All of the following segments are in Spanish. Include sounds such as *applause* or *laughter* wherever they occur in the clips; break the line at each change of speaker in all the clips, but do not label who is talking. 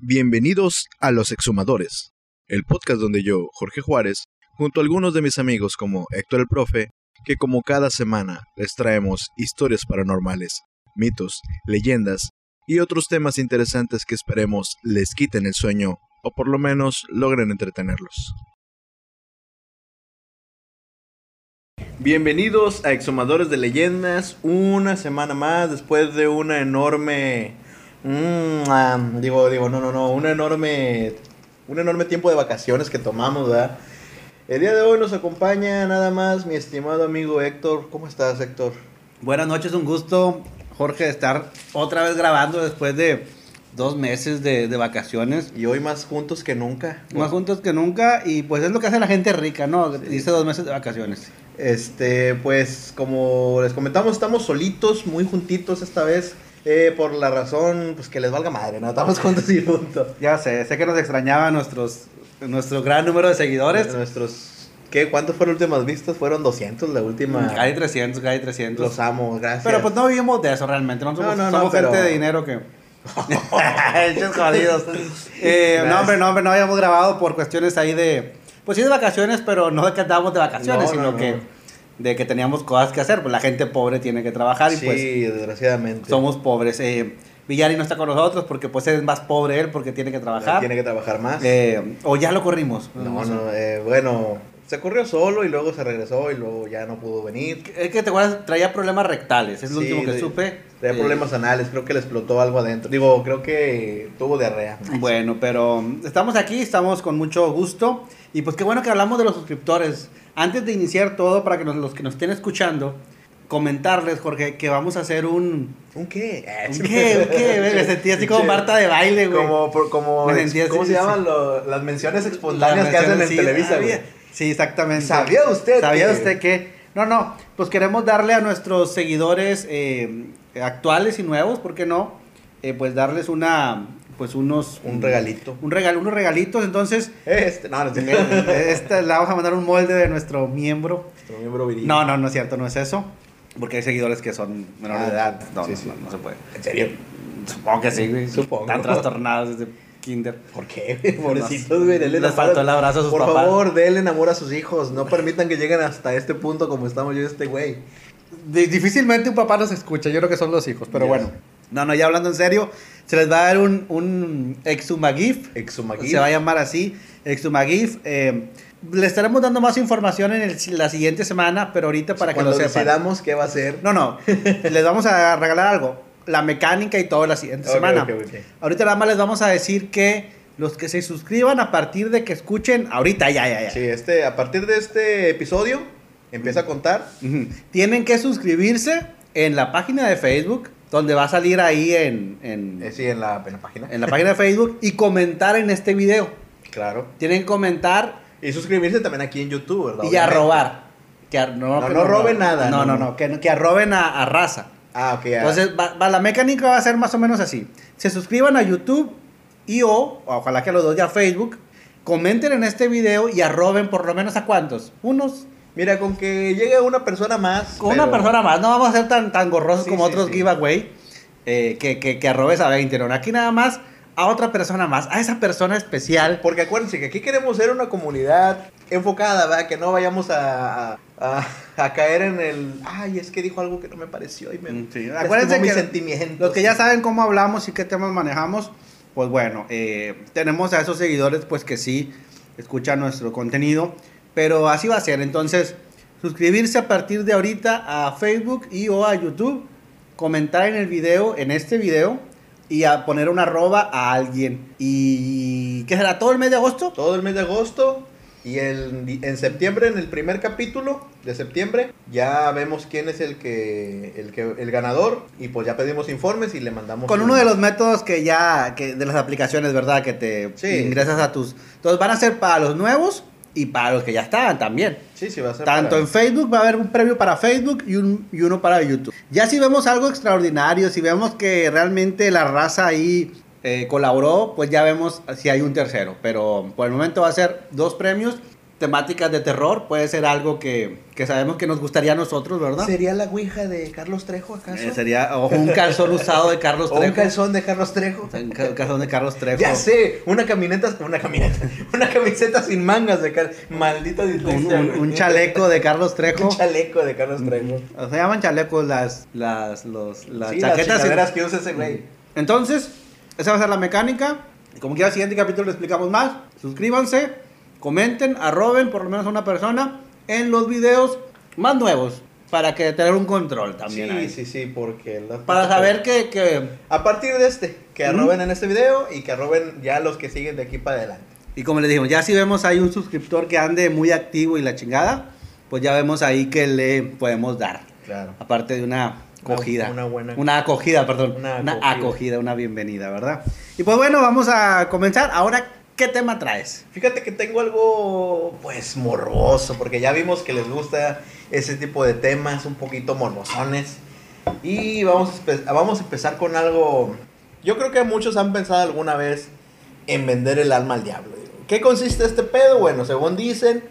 Bienvenidos a Los Exhumadores, el podcast donde yo, Jorge Juárez, junto a algunos de mis amigos como Héctor el Profe, que como cada semana les traemos historias paranormales, mitos, leyendas y otros temas interesantes que esperemos les quiten el sueño o por lo menos logren entretenerlos. Bienvenidos a Exhumadores de Leyendas, una semana más después de una enorme Mm, ah, digo, digo, no, no, no, un enorme, un enorme tiempo de vacaciones que tomamos, ¿verdad? El día de hoy nos acompaña nada más mi estimado amigo Héctor. ¿Cómo estás, Héctor?
Buenas noches, un gusto, Jorge, estar otra vez grabando después de dos meses de, de vacaciones.
Y hoy más juntos que nunca.
Más juntos que nunca, y pues es lo que hace la gente rica, ¿no? Dice dos meses de vacaciones.
Este, pues como les comentamos, estamos solitos, muy juntitos esta vez. Eh, por la razón, pues que les valga madre, ¿no?
*laughs*
Estamos juntos y juntos.
Ya sé, sé que nos extrañaba nuestros, nuestro gran número de seguidores.
Nuestros, ¿qué? ¿Cuántos fueron las últimas vistas? Fueron 200 la última.
Casi 300, casi 300.
Los amo, gracias.
Mm, Pero pues no vivimos de eso realmente, no somos,
No, no, no,
somos gente
pero-
de dinero que... *laughs* Hechos jodidos. Eh, no, hombre, no, hombre, no habíamos grabado por cuestiones ahí de... Pues sí de vacaciones, pero no de que andábamos de vacaciones,
No, no,
sino
no.
que... De que teníamos cosas que hacer, pues la gente pobre tiene que trabajar y
Sí,
pues...
desgraciadamente.
somos pobres. Eh, Villari no está con nosotros porque pues es más pobre él porque tiene que trabajar.
Tiene que trabajar más.
Eh, o ya lo corrimos.
No,
sé.
no, eh, bueno, se corrió solo y luego se regresó y luego ya no pudo venir.
Es que te acuerdas, traía problemas rectales, es lo
Sí,
último que
de-
supe.
Tenía
Eh,
problemas anales, creo que le explotó algo adentro. Digo, creo que tuvo diarrea.
Bueno, pero mm, estamos aquí, estamos con mucho gusto. Y pues qué bueno que hablamos de los suscriptores. Antes de iniciar todo, para que nos- los que nos estén escuchando, comentarles, Jorge, que vamos a hacer un...
¿Un qué? Eh,
¿Un qué? ¿Un qué?
*laughs*
Me sentí así como Marta de baile, güey.
Como, por- como
Me sentí así,
¿cómo
sí,
se llaman lo- las menciones
Las
espontáneas que hacen en
menciones, sí,
Televisa,
sabía.
güey?
Sí, exactamente.
¿Sabía usted
¿Sabía
que-
usted que? No, no, pues queremos darle a nuestros seguidores eh, actuales y nuevos, ¿por qué no? Eh, pues darles una, pues unos...
Un regalito.
Un regalo, unos regalitos, entonces...
*laughs* Este, no, no es
*laughs* eh, esta, le vamos a mandar un molde de nuestro miembro.
nuestro miembro viril.
No, no, no es cierto, no es eso. Porque hay seguidores que son menores
Ah,
de edad. No,
sí,
no,
sí.
no, no se puede.
¿En serio?
Supongo que sí, güey.
Supongo.
Están trastornados desde kinder.
¿Por qué? *laughs* güey? Pobrecitos, güey. denle
Les
amor
faltó el abrazo a sus
Por
papás.
favor, denle amor a sus hijos. No permitan que lleguen hasta este punto como estamos yo y este güey.
Di- Difícilmente un papá los escucha, yo creo que son los hijos, pero
Ya
bueno.
sé.
No, no, ya hablando en serio, se les va a dar un, un exhumagif,
Exumagil.
se va a llamar así, exhumagif. Eh, le estaremos dando más información en el- la siguiente semana, pero ahorita para que
Cuando
lo sepan.
decidamos qué va a ser.
No, no, *laughs* les vamos a regalar algo, la mecánica y todo la siguiente
Ok,
semana.
ok, ok.
Ahorita nada más les vamos a decir que los que se suscriban a partir de que escuchen, ahorita, ya, ya, ya.
Sí, este, a partir de este episodio empieza a contar.
Ujú. Tienen que suscribirse en la página de Facebook, donde va a salir ahí en, en,
Eh, sí, en la, en la página.
en la página de Facebook, y comentar en este video.
Claro.
Tienen que comentar
Y suscribirse también aquí en YouTube, ¿verdad?
y
Obviamente.
arrobar. Que ar- no,
No,
que
no roben nada,
No, no,
no.
no, que, no- que arroben a, a raza.
Ah, ok. ah.
Entonces, va- va- la mecánica va a ser más o menos así. Se suscriban a YouTube y o, ojalá que los dos ya a Facebook, comenten en este video y arroben por lo menos a cuántos. Unos
mira, con que llegue una persona más.
Con una
pero-
persona más, no vamos a ser tan, tan gorrosos
Sí,
como
sí,
otros
sí.
giveaway eh, que, que, que arrobes a 20, no, aquí nada más a otra persona más, a esa persona especial.
Porque acuérdense que aquí queremos ser una comunidad enfocada, ¿verdad? Que no vayamos a, a- a caer en el. Ay, es que dijo algo que no me pareció y me.
Mm, sí.
lastimó
Acuérdense
mis
que
sentimientos.
Los que ya saben cómo hablamos y qué temas manejamos, pues bueno, eh, tenemos a esos seguidores pues que sí escuchan nuestro contenido, pero así va a ser. Entonces, suscribirse a partir de ahorita a Facebook y o a YouTube, comentar en el video, en este video, y a poner una arroba a alguien. ¿Y qué será? ¿Todo el mes de agosto?
Todo el mes de agosto. Y el- en septiembre, en el primer capítulo de septiembre, ya vemos quién es el que, el que el ganador. Y pues ya pedimos informes y le mandamos.
Con
un-
uno de los métodos que ya, que de las aplicaciones, ¿verdad? Que te
Sí.
ingresas a tus... Entonces van a ser para los nuevos y para los que ya estaban también.
Sí, sí, va a ser.
Tanto
para-
en Facebook va a haber un premio para Facebook y, un- y uno para YouTube. Ya si vemos algo extraordinario, si vemos que realmente la raza ahí eh, colaboró, pues ya vemos si hay un tercero. Pero por el momento va a ser dos premios, temáticas de terror, puede ser algo que, que sabemos que nos gustaría a nosotros, ¿verdad?
¿Sería la ouija de Carlos Trejo acaso?
Eh, sería o un calzón usado de Carlos
¿O un
Trejo.
calzón de Carlos Trejo?
Un ca- calzón de Carlos Trejo.
Ya sé, una camioneta, una camioneta, *laughs* una camiseta sin mangas de Carlos. Maldita
Un,
dislexia.
un-
güey.
un chaleco de Carlos
Este,
Trejo.
Un chaleco de Carlos Trejo.
O sea, llaman chalecos las, las, los, las
Sí, las
chaquetas.
chingaderas que usa ese güey.
Entonces, esa va a ser la mecánica. Como quiera, el siguiente capítulo le explicamos más. Suscríbanse, comenten, arroben por lo menos a una persona en los videos más nuevos para que tener un control también.
sí,
ahí.
sí, sí, porque... la-
Para saber que, que-
A partir de este, que
Ujú.
arroben en este video y que arroben ya los que siguen de aquí para adelante.
Y como les dijimos, ya si vemos ahí un suscriptor que ande muy activo y la chingada, pues ya vemos ahí que le podemos dar.
Claro.
Aparte de una
Una-
acogida.
una buena-
Una acogida, perdón. Una
Una
acogida.
acogida.
una bienvenida, ¿verdad? Y pues bueno, vamos a comenzar. Ahora, ¿qué tema traes?
Fíjate que tengo algo, pues, morboso, porque ya vimos que les gusta ese tipo de temas, un poquito morbosones. Y vamos a, espe- vamos a empezar con algo. Yo creo que muchos han pensado alguna vez en vender el alma al diablo. ¿Qué consiste este pedo? Bueno, según dicen,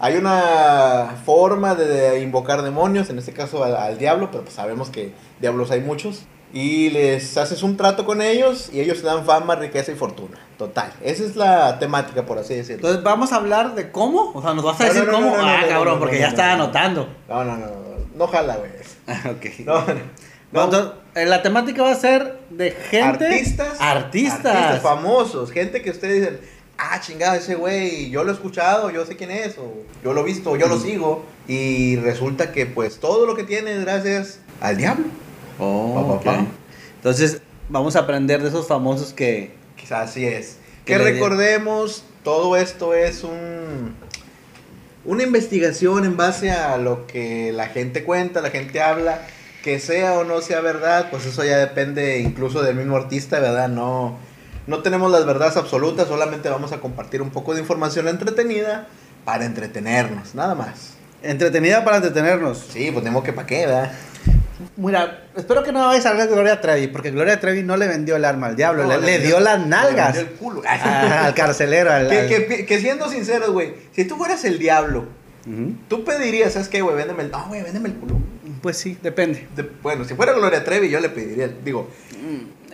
hay una forma de invocar demonios, en este caso al, al diablo, pero pues sabemos que diablos hay muchos. Y les haces un trato con ellos y ellos te dan fama, riqueza y fortuna. Total. Esa es la temática, por así decirlo.
Entonces, vamos a hablar de cómo. O sea, nos vas a
No,
decir
no, no,
cómo.
no, no,
ah,
no, no,
cabrón,
no,
porque
no,
ya
no,
estaba
no. *laughs*
anotando.
No, no, no, no. No jala, güey.
ok.
No, no.
*laughs* No, entonces, eh, la temática va a ser de gente.
artistas,
Artistas.
artistas famosos, gente que ustedes dicen, ah, chingado, ese güey, yo lo he escuchado, yo sé quién es, o yo lo he visto, yo
Mm.
lo sigo, y resulta que pues todo lo que tiene es gracias al diablo.
Oh,
Pa, pa,
ok.
pa.
Entonces, vamos a aprender de esos famosos que.
Quizás Así es.
Que
Que
le-
recordemos, todo esto es un una investigación en base a lo que la gente cuenta, la gente habla, que sea o no sea verdad, pues eso ya depende incluso del mismo artista, ¿verdad? No no tenemos las verdades absolutas, solamente vamos a compartir un poco de información entretenida para entretenernos, nada más.
Entretenida para entretenernos.
Sí, pues tenemos que pa' qué, ¿verdad?
Mira, espero que no vayas a hablar de Gloria Trevi, porque Gloria Trevi no le vendió el arma al diablo,
No,
le, le dio las nalgas.
Le vendió el culo. *laughs*
Ah, al carcelero, al.
que,
al-
que- que siendo sinceros, güey, si tú fueras el diablo,
Ujú.
Tú pedirías, ¿sabes qué, güey? Véndeme el. No, güey, véndeme el culo.
Pues sí, depende.
De- bueno, si fuera Gloria Trevi, yo le pediría. Digo,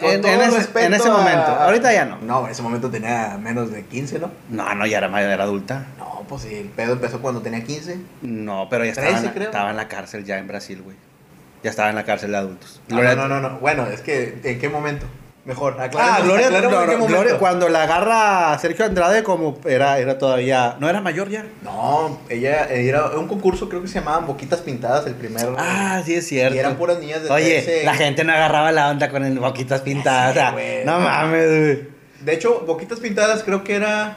con
En,
todo
en ese,
respeto
en ese
a-
momento, ahorita ya no.
No, en ese momento tenía menos de 15, ¿no?
No, no, ya era mayor, era adulta.
No, pues sí, el pedo empezó cuando tenía 15.
No, pero ya estaba, en,
Trece,
la-
creo.
estaba en la cárcel ya en Brasil, güey. Ya estaba en la cárcel de adultos.
Ah, No,
Gloria-
no, no, no, no. Bueno, es que, ¿en qué momento? Mejor, aclaremos.
Ah, Gloria,
aclaremos
no,
en qué
no,
momento.
Gloria, cuando la agarra Sergio Andrade, como era, era todavía. ¿No era mayor ya?
No, ella era un concurso, creo que se llamaban Boquitas Pintadas, el primer.
Ah, sí, es cierto.
y eran puras niñas de
Oye,
13.
la gente no agarraba la onda con el boquitas pintadas.
sé,
o sea,
güey.
no mames, güey.
De hecho, Boquitas Pintadas creo que era,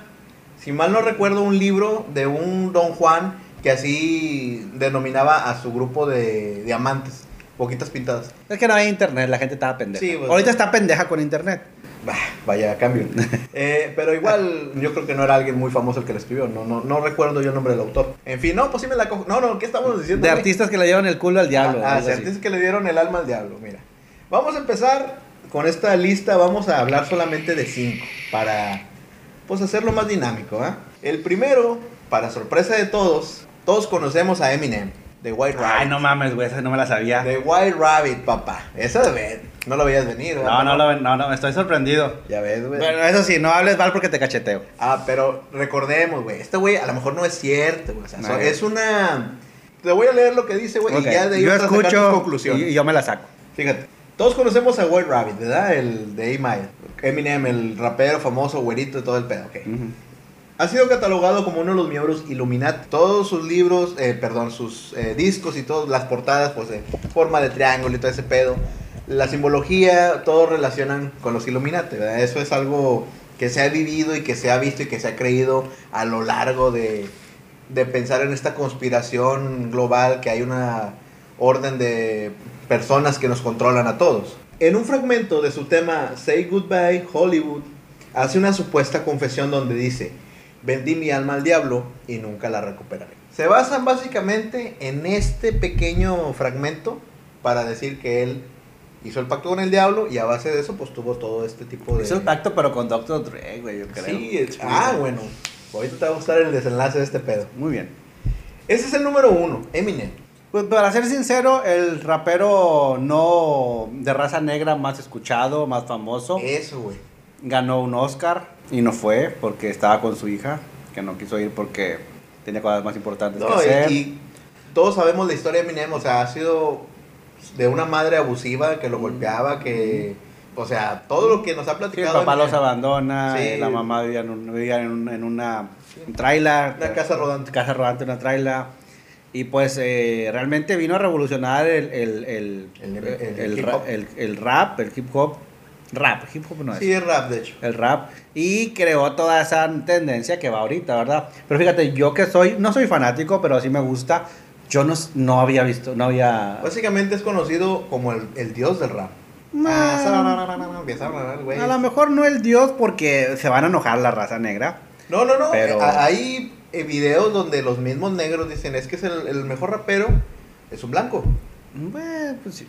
si mal no recuerdo, un libro de un Don Juan que así denominaba a su grupo de diamantes. Boquitas Pintadas.
Es que no había internet, la gente estaba pendeja.
Sí, pues, no.
Ahorita está pendeja con internet.
Bah, vaya cambio. Eh, pero igual, yo creo que no era alguien muy famoso el que lo escribió. No, no, no recuerdo yo el nombre del autor. En fin, no, pues sí me la cojo. No, no, ¿qué estamos diciendo?
*laughs* De
güey?
artistas que le llevan el culo al diablo.
Ah, ah,
algo
sí,
así.
artistas que le dieron el alma al diablo, mira. Vamos a empezar con esta lista, vamos a hablar solamente de cinco, para pues hacerlo más dinámico, ¿ah? El primero, para sorpresa de todos, todos conocemos a Eminem, de White Rabbit.
Ay, no mames, güey, esa no me la sabía.
De White Rabbit, papá. Esa ven, no lo veías venir, ¿verdad,
No,
papá?
no, lo- no, no, estoy sorprendido.
Ya ves, güey.
Bueno, eso sí, no hables mal porque te cacheteo.
Ah, pero recordemos, güey, este güey a lo mejor no es cierto, güey. o sea,
No,
so-
güey.
es una... Te voy a leer lo que dice, güey,
Ok,
y ya de ahí
yo
vas a sacar tus
escucho
conclusiones.
y, y yo me la saco.
Fíjate, todos conocemos a White Rabbit, ¿verdad? El de A. Mile. Eminem, el rapero famoso, güerito y todo el pedo, ok. Ha sido catalogado como uno de los miembros Illuminati. Todos sus libros, eh, perdón, sus eh, discos y todas las portadas, pues en forma de triángulo y todo ese pedo. La simbología, todos relacionan con los Illuminati, ¿verdad? Eso es algo que se ha vivido y que se ha visto y que se ha creído a lo largo de, de pensar en esta conspiración global que hay una orden de personas que nos controlan a todos. En un fragmento de su tema Say Goodbye Hollywood, hace una supuesta confesión donde dice, vendí mi alma al diablo y nunca la recuperaré. Se basan básicamente en este pequeño fragmento para decir que él hizo el pacto con el diablo y a base de eso pues tuvo todo este tipo de...
Hizo el pacto, pero con Doctor Dre, güey, yo creo.
Sí, es- ah, bueno. Ahorita te va a gustar el desenlace de este pedo.
Muy bien.
Ese es el número uno, Eminem.
Pues para ser sincero, el rapero no de raza negra más escuchado, más famoso,
Eso, güey.
ganó un Oscar y no fue porque estaba con su hija, que no quiso ir porque tenía cosas más importantes que
No, y,
hacer.
y todos sabemos la historia de Eminem, o sea, ha sido de una madre abusiva que lo golpeaba, que... O sea, todo lo que nos ha
Mm. Sí, el
platicado...
papá
Eminem.
los abandona,
Sí.
eh, la mamá vivía en, un- vivía en, un- en una un trailer,
Una casa rodante.
casa rodante, una trailer. Y pues eh, realmente vino a revolucionar el, el, el,
El- el-
el-
el
el
hip
ra-
hop.
el- el rap, el hip hop. Rap, hip hop no es.
Sí, es rap, de hecho.
El rap. Y creó toda esa tendencia que va ahorita, ¿verdad? Pero fíjate, yo que soy, no soy fanático, pero sí me gusta. Yo no, s- no había visto, no había...
Básicamente es conocido como el, el dios del rap.
No.
Ah, sa- ra- ra- ra- ra- ra- empieza a hablar, güey.
a lo mejor no el dios porque se van a enojar la raza negra.
No, no, no.
Pero-
eh, a- Hay eh, videos donde los mismos negros dicen, es que es el, el mejor rapero, es un blanco.
Bueno, pues sí,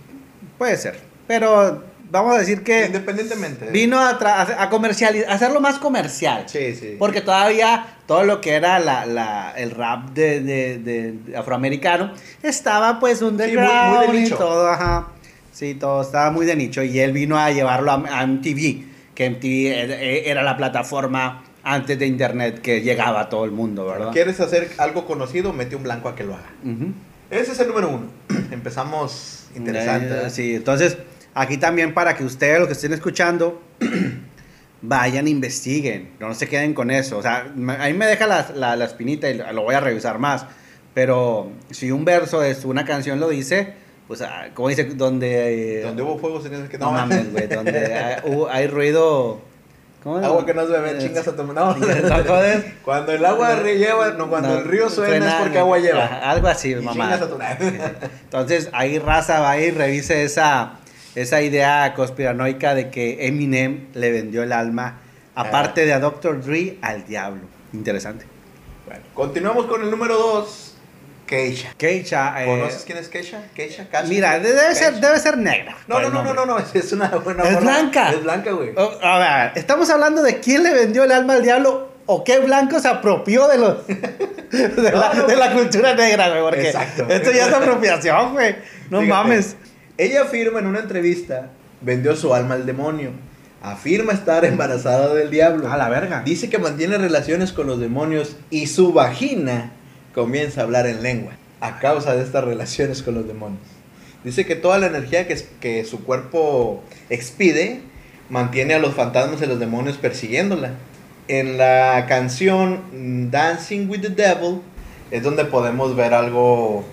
puede ser. Pero vamos a decir que
Independientemente.
Eh, vino a, tra- a comercializar, a hacerlo más comercial.
Sí, sí.
Porque todavía todo lo que era la, la- el rap de, de- de- de afroamericano estaba pues underground
muy de
y
nicho.
todo, ajá. Sí, todo estaba muy de nicho y él vino a llevarlo a, a MTV, que MTV era- e, era la plataforma antes de internet que llegaba a todo el mundo, ¿verdad?
¿Quieres hacer algo conocido? Mete un blanco a que lo haga.
Ujú.
Ese es el número uno. *clears throat* Empezamos interesante.
Eh,
¿verdad?
sí, entonces aquí también para que ustedes, los que estén escuchando, *clears throat* vayan, e investiguen, no se queden con eso. O sea, me- a mí me deja la, la- la espinita y lo lo voy a revisar más. Pero si un verso de su- una canción lo dice, pues, ah, como dice, donde... eh,
Donde hubo fuego, señores, que
no mames, güey, donde hay, hu- hay ruido... ¿cómo
*laughs*
es?
Agua que no se bebe,
Eh,
chingas a tu no.
*laughs* ¿no? ¿Cómo es?
Cuando el agua re- lleva, no, cuando
No,
el río suena, es porque
no,
agua lleva.
ajá, Algo así,
Y
mamá.
chingas a tu
Entonces, ahí raza va y revise esa, esa idea conspiranoica de que Eminem le vendió el alma,
Ah.
aparte de a Dr. Dre, al diablo. Interesante.
*laughs* Bueno, continuamos con el número dos, Keisha.
Keisha, eh,
¿Conoces quién es Keisha? Keisha, Kasha.
mira, de- debe ser,
Keisha.
debe ser negra.
No,
por
no, no,
el
no,
nombre.
no, no, es- es una buena
Es blanca.
Es blanca, güey.
O- a ver, estamos hablando de quién le vendió el alma al diablo o qué blanco se apropió
*laughs*
de los de, la, de la cultura negra, güey, porque
Exacto.
esto ya es apropiación, güey. *laughs* No
Fíjate,
mames.
Ella afirma en una entrevista, vendió su alma al demonio. Afirma estar embarazada del diablo.
verga.
Dice que mantiene relaciones con los demonios y su vagina comienza a hablar en lengua a causa de estas relaciones con los demonios. Dice que toda la energía que, es- que su cuerpo expide mantiene a los fantasmas y los demonios persiguiéndola. En la canción mm, Dancing with the Devil es donde podemos ver algo,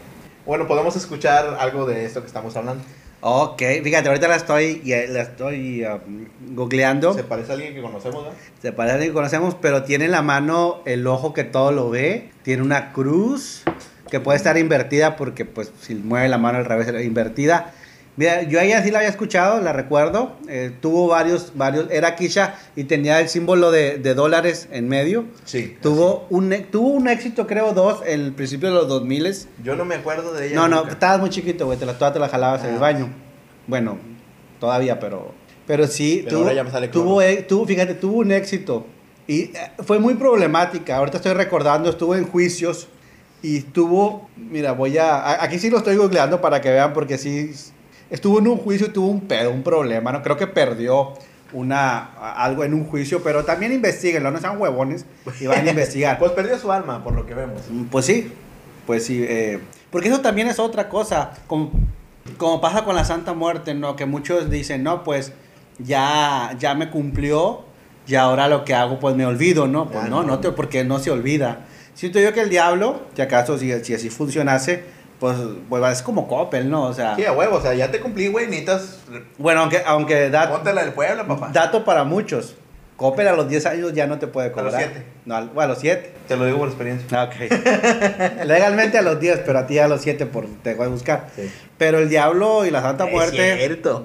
bueno, podemos escuchar algo de esto que estamos hablando.
Ok, fíjate, ahorita la estoy, ya- la estoy um, googleando.
Se parece a alguien que conocemos, ¿verdad?
Se parece a alguien que conocemos, pero tiene en la mano el ojo que todo lo ve. Tiene una cruz que puede estar invertida porque, pues, si mueve la mano al revés, era invertida. Mira, yo a ella sí la había escuchado, la recuerdo. Eh, tuvo varios, varios. Era Kisha y tenía el símbolo de, de dólares en medio.
Sí.
Tuvo un, e- tuvo un éxito, creo, dos, en el principio de los 2000
Yo no me acuerdo de ella.
no, no,
nunca.
estabas muy chiquito, güey. Te la, todas te la jalabas en
Ah.
el baño. Bueno, todavía, pero. Pero sí,
Pero
tuvo,
ahora ya me sale
tuvo, e- tuvo- fíjate, tuvo un éxito. Y eh, fue muy problemática. Ahorita estoy recordando, estuvo en juicios y estuvo. Mira, voy a. a- Aquí sí lo estoy googleando para que vean, porque sí. Estuvo en un juicio y tuvo un pedo, un problema, ¿no? Creo que perdió una, a- algo en un juicio, pero también investiguenlo, no sean huevones
*laughs*
y van a investigar.
Pues perdió su alma, por lo que vemos.
Mm, Pues sí, pues sí. eh, porque eso también es otra cosa, como, como pasa con la Santa Muerte, ¿no? Que muchos dicen, no, pues ya, ya me cumplió y ahora lo que hago, pues me olvido, ¿no? Pues
Ah,
no,
no.
no, te, porque no se olvida. Siento yo que el diablo, si acaso, si, si así funcionase, pues, pues es como Coppel, ¿no? O sea,
Sí, a huevo, o sea, ya te cumplí, güey, necesitas...
bueno, aunque, aunque da-
Póntela del pueblo, papá.
dato para muchos, Coppel a los 10 años ya no te puede
los
cobrar.
siete.
No, al- bueno, a los 7.
Te lo digo por experiencia.
Ah, ok. *laughs* Legalmente a los 10, pero a ti a los 7 por te voy a buscar. Pero el diablo y la Santa Muerte
cierto.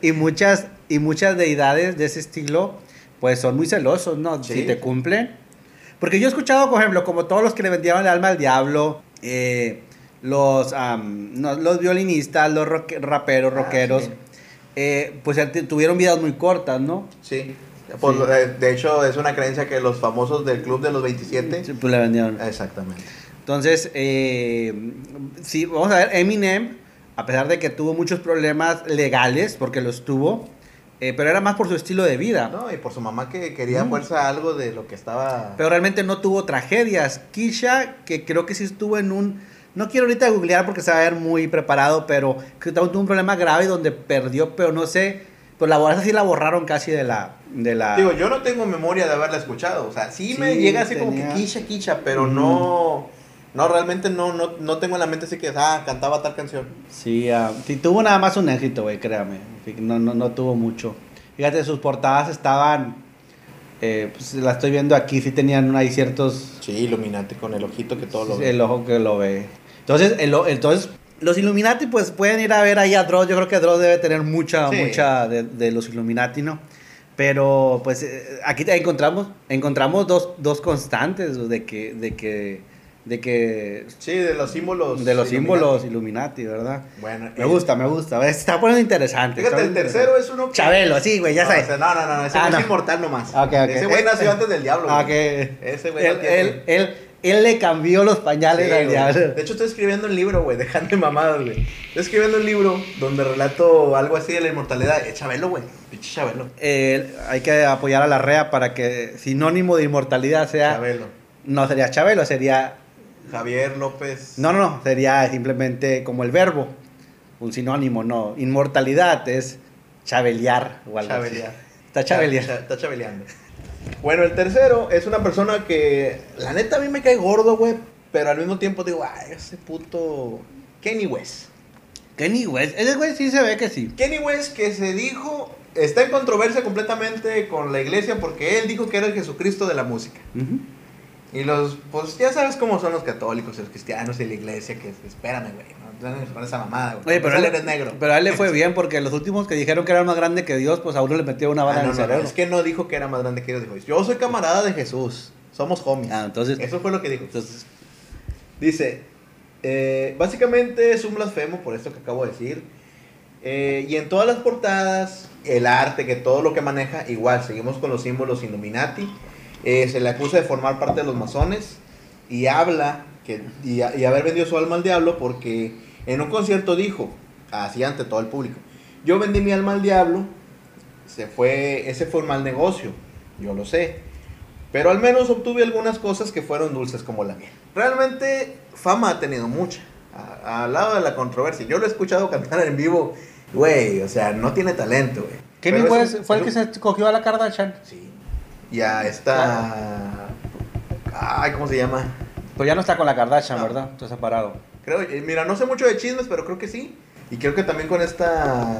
y muchas y muchas deidades de ese estilo, pues son muy celosos, ¿no?
Sí.
Si te cumplen. Porque yo he escuchado, por ejemplo, como todos los que le vendieron el alma al diablo, eh, los, am, no, los violinistas, los rock- raperos,
Ah,
rockeros,
sí.
eh, pues eh, tuvieron vidas muy cortas, ¿no?
Sí. Pues, eh, De hecho, es una creencia que los famosos del club de los 27.
Sí, pues la vendieron.
Exactamente.
Entonces, eh, sí, vamos a ver, Eminem, a pesar de que tuvo muchos problemas legales, porque los tuvo, eh, pero era más por su estilo de vida.
No, y por su mamá que quería fuerza algo de lo que estaba.
Pero realmente no tuvo tragedias. Kisha, que creo que sí estuvo en un... No quiero ahorita googlear porque se va a ver muy preparado, pero creo que tuvo un problema grave donde perdió, pero no sé, pues la borraron, sí la borraron casi de la... De la
Ah, Digo, yo no tengo memoria de haberla escuchado. O sea, sí, Mm. me
Sí,
llega así como
tenía-
que quicha, quicha, pero no. No, realmente no, no, no tengo en la mente así que, ah, cantaba tal canción.
Sí, ah, sí, tuvo nada más un éxito, güey, créame. No, no, no tuvo mucho. Fíjate, sus portadas estaban. eh, pues la estoy viendo aquí, sí tenían ahí ciertos.
Sí, Illuminati con el ojito que todo lo ve.
el ojo que lo ve. Entonces, el o- entonces los Illuminati, pues pueden ir a ver ahí a Dross. Yo creo que Dross debe tener mucha,
Sí.
mucha de, de los Illuminati, ¿no? Pero, pues, eh, aquí te- encontramos, encontramos dos, dos constantes güey, de que, de que, de que,
Sí, de los símbolos.
de los
Illuminati.
símbolos Illuminati, ¿verdad?
Bueno,
Me
el-
gusta, me gusta. Se está poniendo interesante.
Fíjate,
está
el
poniendo
tercero
interesante.
es uno que-
Chabelo, sí, güey, ya
no,
sabes.
o sea, no, no, no, ese
Ah,
güey
no.
es inmortal nomás.
Ok, ok.
Ese güey nació
Eh,
antes del diablo.
Ah,
güey.
que-
Ese este güey
él,
no tiene-
él, él, él le cambió los pañales
Sí,
al
güey.
diablo.
De hecho, estoy escribiendo un libro, güey, *laughs* dejando de mamadas, güey. Estoy escribiendo un libro donde relato algo así de la inmortalidad. Eh, Chabelo, güey. Pinche Chabelo.
Eh, hay que apoyar a la REA para que sinónimo de inmortalidad sea.
Chabelo.
No sería Chabelo, sería.
Javier López.
No, no, no. Sería simplemente como el verbo. Un sinónimo, no. Inmortalidad es chabelear o algo así.
Chabelear.
Está
Cha- cha-
chabelear.
Está chabeleando. Bueno, el tercero es una persona que, la neta, a mí me cae gordo, güey. Pero al mismo tiempo digo, ay, ese puto. Kenny West.
Kenny West. Ese güey sí se ve que sí.
Kenny West que se dijo. Está en controversia completamente con la iglesia porque él dijo que era el Jesucristo de la música.
Ujú.
Y los, pues ya sabes cómo son los católicos y los cristianos y la iglesia, que espérame, güey. No te andes con esa mamada, güey.
Oye, pero
Tú
a él,
eres negro.
pero a él le fue bien porque los últimos que dijeron que era más grande que Dios, pues a uno le metió una
Ah, no,
bala en
no,
el
no,
cerebro.
es que no dijo que era más grande que Dios. Dijo, yo soy camarada de Jesús. Somos homies.
Ah, entonces-
Eso fue lo que dijo.
Entonces,
Dice, eh, básicamente es un blasfemo por esto que acabo de decir. Eh, y en todas las portadas, el arte, que todo lo que maneja, igual, seguimos con los símbolos Illuminati. Eh, se le acusa de formar parte de los masones y habla que, y, a- y haber vendido su alma al diablo porque en un concierto dijo, así ante todo el público, yo vendí mi alma al diablo, se fue, ese fue un mal negocio, yo lo sé, pero al menos obtuve algunas cosas que fueron dulces como la miel. Realmente fama ha tenido mucha. a- Al lado de la controversia. Yo lo he escuchado cantar en vivo. Güey, o sea, no tiene talento, güey.
Kenny
Pero es
West
un-
fue el
es
que
un-
se cogió a la Kardashian.
Sí. Y a esta... Ay, ¿cómo se llama?
Pues ya no está con la Kardashian,
No.
¿verdad? Está separado.
Creo, eh, mira, no sé mucho de chismes, pero creo que sí. Y creo que también con esta...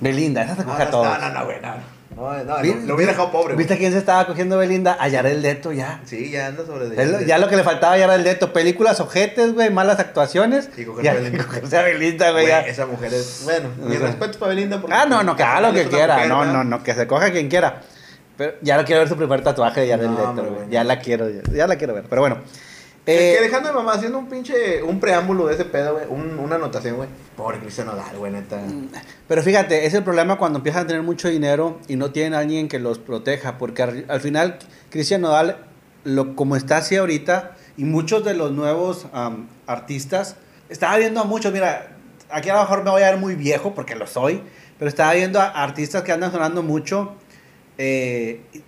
Belinda, esa se
No, no,
coge a Pues todos.
no, no, güey, no. No, no,
Vi-
lo, lo hubiera dejado pobre. güey.
¿Viste quién se estaba cogiendo Belinda? A Yarel Leto ya.
Sí, ya anda sobre...
Es lo- ya lo que le faltaba a Yarel Leto. Películas ojetes, güey, malas actuaciones.
Y cogerse
Ya,
a Belinda.
cogerse a Belinda, güey.
Güey,
ya.
esa mujer es. Bueno, mi
O sea.
respeto para Belinda. porque-
Ah, no, no, que haga lo que
es una
quiera.
mujer,
no,
¿verdad?
no, no, que se coja quien quiera. Pero ya lo quiero ver su primer tatuaje de Jared
No,
Leto,
hombre,
güey.
bueno.
Ya la quiero, ya, ya la quiero ver. Pero bueno.
Es
Eh,
que dejando de mamá, haciendo un pinche. Un preámbulo de ese pedo, güey. un- una anotación, güey. Pobre Cristian Nodal, güey, neta.
Mm. Pero fíjate, es el problema cuando empiezan a tener mucho dinero y no tienen a alguien que los proteja, porque al, al final Cristian Nodal, lo, como está así ahorita, y muchos de los nuevos am, artistas, estaba viendo a muchos, mira, aquí a lo mejor me voy a ver muy viejo porque lo soy, pero estaba viendo a artistas que andan sonando mucho, eh, y,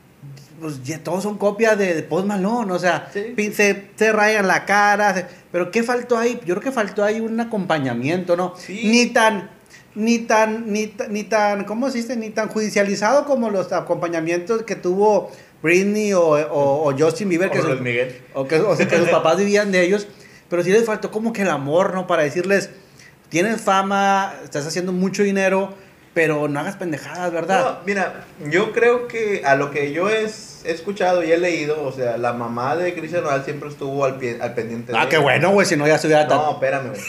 pues ya todos son copias de, de Post Malone, o sea,
Sí.
pin- se, se rayan la cara, se- pero ¿qué faltó ahí? Yo creo que faltó ahí un acompañamiento, ¿no?
Sí.
Ni tan, ni tan, ni, ta- ni tan, ¿cómo se dice? Ni tan judicializado como los acompañamientos que tuvo Britney o, o- o Justin Bieber, que,
O
sus-
Luis Miguel.
o que- o sea, que sus papás vivían de ellos, pero sí les faltó como que el amor, ¿no? Para decirles, tienes fama, estás haciendo mucho dinero, pero no hagas pendejadas, ¿verdad?
No, mira, yo creo que a lo que yo es- he escuchado y he leído, o sea, la mamá de Cristian Nodal siempre estuvo al, pie- al pendiente de
ah,
él.
qué bueno, güey, si no ya se hubiera
No,
tan-
espérame, güey.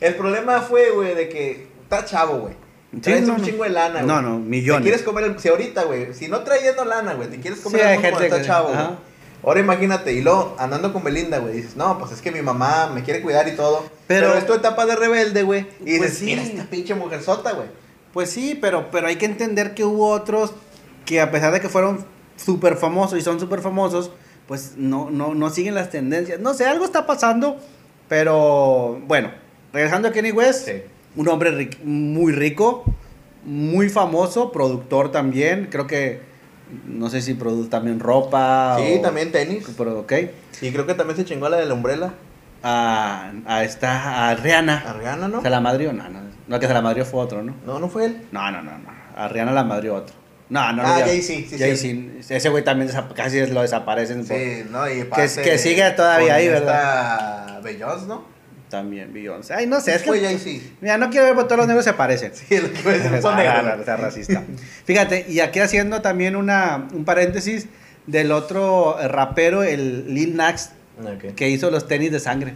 El problema fue, güey, de que está chavo, güey.
Sí,
Traes
no,
un
no.
chingo de lana, güey.
No, no, millones.
Te quieres comer el... Si ahorita, güey, si no trayendo lana, güey, te quieres comer
Sí,
el
hay
mundo cuando
gente
está
que-
chavo,
ajá.
güey. Ahora imagínate, y luego, andando con Belinda, güey, dices, no, pues es que mi mamá me quiere cuidar y todo. Pero,
Pero-
es tu etapa de rebelde, güey. Y dices,
Pues sí.
mira esta pinche mujerzota, güey.
Pues sí, pero, pero hay que entender que hubo otros que a pesar de que fueron súper famosos y son súper famosos, pues no, no, no siguen las tendencias. No sé, algo está pasando, pero bueno, regresando a Kenny West,
Sí.
un hombre ric- muy rico, muy famoso, productor también, creo que, no sé si produce también ropa.
Sí,
o-
también tenis.
Pero, ok.
Y creo que también se chingó a la de la umbrella.
A, a esta, a Rihanna.
Argana, ¿no?
¿Se la madrió? No, no. No, que se la madrió fue otro, ¿no?
No, no fue él.
No, no, no, no. A Rihanna la madrió otro. No, no.
Ah,
no, ya-
Jay-Z, sí,
Jay-Z. Ese güey también desa- casi lo desaparecen. por-
Sí, no, y
que sigue todavía ahí,
¿verdad? Está Bellos, ¿no? *laughs*
También Beyoncé. Ay, no sé, es que...
Fue Jay-Z.
Mira, no quiero ver por todos los negros se parecen.
Sí, lo que iba a decir, son
*laughs* Ah,
negros.
no, no, sea racista. *laughs* Fíjate, y aquí haciendo también una, un paréntesis del otro rapero, el Lil Nax,
Ok.
que hizo los tenis de sangre.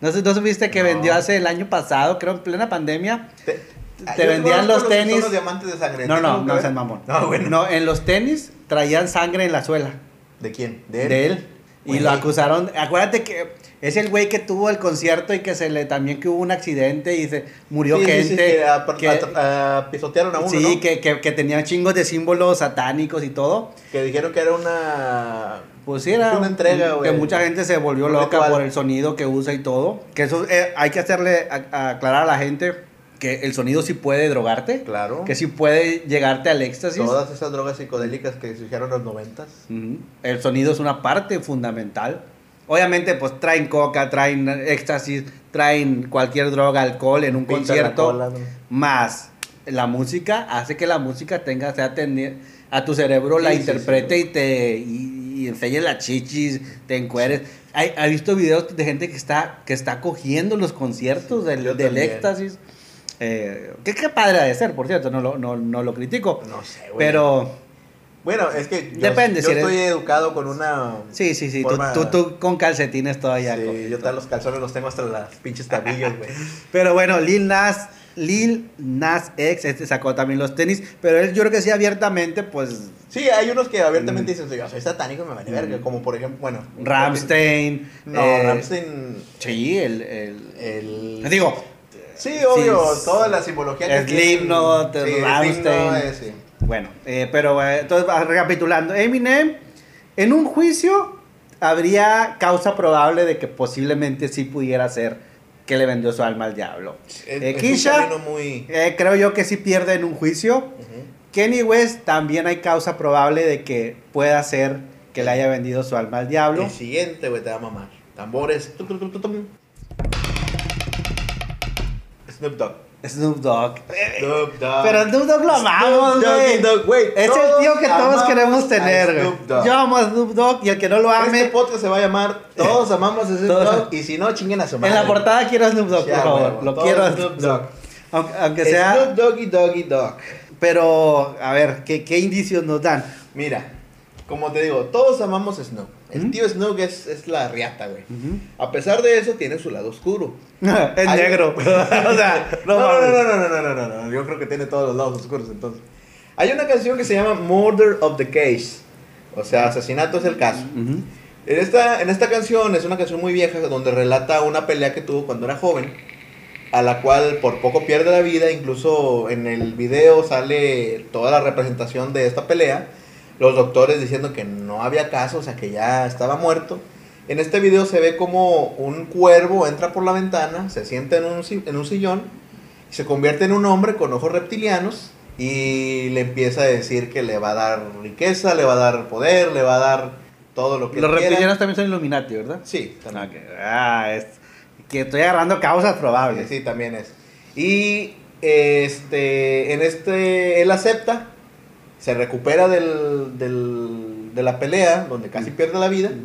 ¿No, su- no supiste que
No.
vendió hace el año pasado, creo en plena pandemia?
Te,
te
yo te
vendían
conozco
los
que
tenis.
Son los diamantes de sangre.
No,
¿Tiene
no,
algo que
no
ver?
seas mamón.
No, bueno.
No, en los tenis traían sangre en la suela
¿De quién?
de él. Y
Güey.
lo acusaron. Acuérdate que es el güey que tuvo el concierto y que se le también que hubo un accidente y se murió
Sí,
gente.
sí, sí, que, a-
que-
a- a- pisotearon a uno,
sí,
¿no?
que, que, que tenía chingos de símbolos satánicos y todo.
Que dijeron que era una...
Pues sí, era
Una entrega,
un-
güey.
Que mucha gente se volvió
Un
loca
ritual.
por el sonido que usa y todo. Que eso eh, hay que hacerle a- a aclarar a la gente que el sonido sí puede drogarte.
Claro.
Que sí puede llegarte al éxtasis.
Todas esas drogas psicodélicas que se hicieron en los noventas.
Ujú. El sonido es una parte fundamental. Obviamente, pues traen coca, traen éxtasis, traen cualquier droga, alcohol en un
Pinta la
concierto.
cola, ¿no?
más la música hace que la música tenga sea tener a tu cerebro la
Sí, sí,
interprete
sí.
y te y, y enseñe las chichis te encueres hay ha visto videos de gente que está que está cogiendo los conciertos del,
yo
del
también.
éxtasis Eh, que qué padre ha de ser por cierto no lo, no, no lo critico
No sé, güey.
pero
Bueno, es que yo,
Depende,
yo
si eres-
estoy educado con una...
sí sí sí tú,
forma-
tú, tú con calcetines todavía
Sí,
coges
yo
todo.
tal los calzones los tengo hasta las pinches tabillas,
*laughs*
güey.
Pero bueno, Lil Nas, Lil Nas X, este sacó también los tenis, pero él yo creo que sí abiertamente, pues
Sí, hay unos que abiertamente dicen, yo soy satánico y me vale verga.
Mm.
Como por ejemplo, bueno...
Ramstein.
No,
eh,
Ramstein...
Sí, el, el-
El...
Digo,
Sí,
Sí,
obvio,
es-
toda la simbología que
Slipknot,
tienen. Sí,
Rammstein.
Slipknot, eh, sí.
bueno, eh, pero eh, entonces ah, recapitulando, Eminem en un juicio habría causa probable de que posiblemente sí pudiera ser que le vendió su alma al diablo.
Es-
Eh,
es un
Keisha,
camino muy-
eh, creo yo que sí pierde en un juicio.
Ujú.
Kenny West también hay causa probable de que pueda ser que le haya vendido su alma al diablo.
El siguiente, güey, te va a mamar. Tambores. tu, tu, tu, tu, tum. Snoop Dogg.
Snoop Dogg.
Snoop Dogg.
Pero Snoop Dogg lo amamos,
Eh, Snoop Doggy
güey.
Dogg, güey.
Es el
Todos
tío que todos
amamos
queremos
a
tener, güey.
Snoop Dogg.
Yo amo a Snoop Dogg y el que no lo
Este
ame.
podcast se va a llamar
*laughs*
Todos amamos a Snoop
Todos-
Dogg y si no, chinguen a su madre.
En la portada quiero a Snoop Dogg, por
Ya,
favor.
huevo,
Lo
todos
quiero a
Snoop
Snoop
Dogg.
Dogg. Aunque, aunque sea.
Snoop Doggy Doggy Dogg.
Pero, a ver, ¿qué, qué indicios nos dan?
Mira, como te digo, todos amamos a Snoop. El
¿Mm?
tío Snoop es, es la riata, güey. A pesar de eso, tiene su lado oscuro.
*laughs* es
Hay- *laughs*
negro. o sea,
No,
*laughs*
no, no,
no, mames.
no, no, no, no, no, no, Yo creo que tiene todos los lados oscuros entonces. Hay una canción que se llama Murder of the Case. O sea, asesinato es el caso.
Ujú.
En esta, en esta canción es una canción muy vieja donde relata una pelea que tuvo cuando era joven, a la cual por poco pierde la vida, incluso en el video sale toda la representación de esta pelea, los doctores diciendo que no había caso, o sea que ya estaba muerto. En este video se ve como un cuervo entra por la ventana, se sienta en un, si- en un sillón, y se convierte en un hombre con ojos reptilianos y le empieza a decir que le va a dar riqueza, le va a dar poder, le va a dar todo lo que
Los
quiera.
reptilianos también son Illuminati, ¿verdad?
Sí,
Ah,
también.
que, ah, es, que estoy agarrando causas probables.
Sí, también es. Y este, en este, él acepta, se recupera del, del- de la pelea, donde casi
Mm.
pierde la vida,
Ujú.